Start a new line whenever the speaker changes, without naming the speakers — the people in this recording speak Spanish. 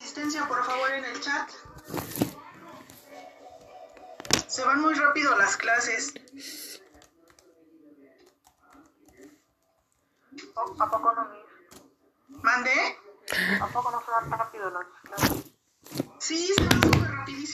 asistencia, por favor, en el chat. Se van muy rápido las clases.
Oh, ¿A poco no, Mir?
¿Mandé?
¿A poco no se van rápido las clases?
Sí, se van súper rapidísimo.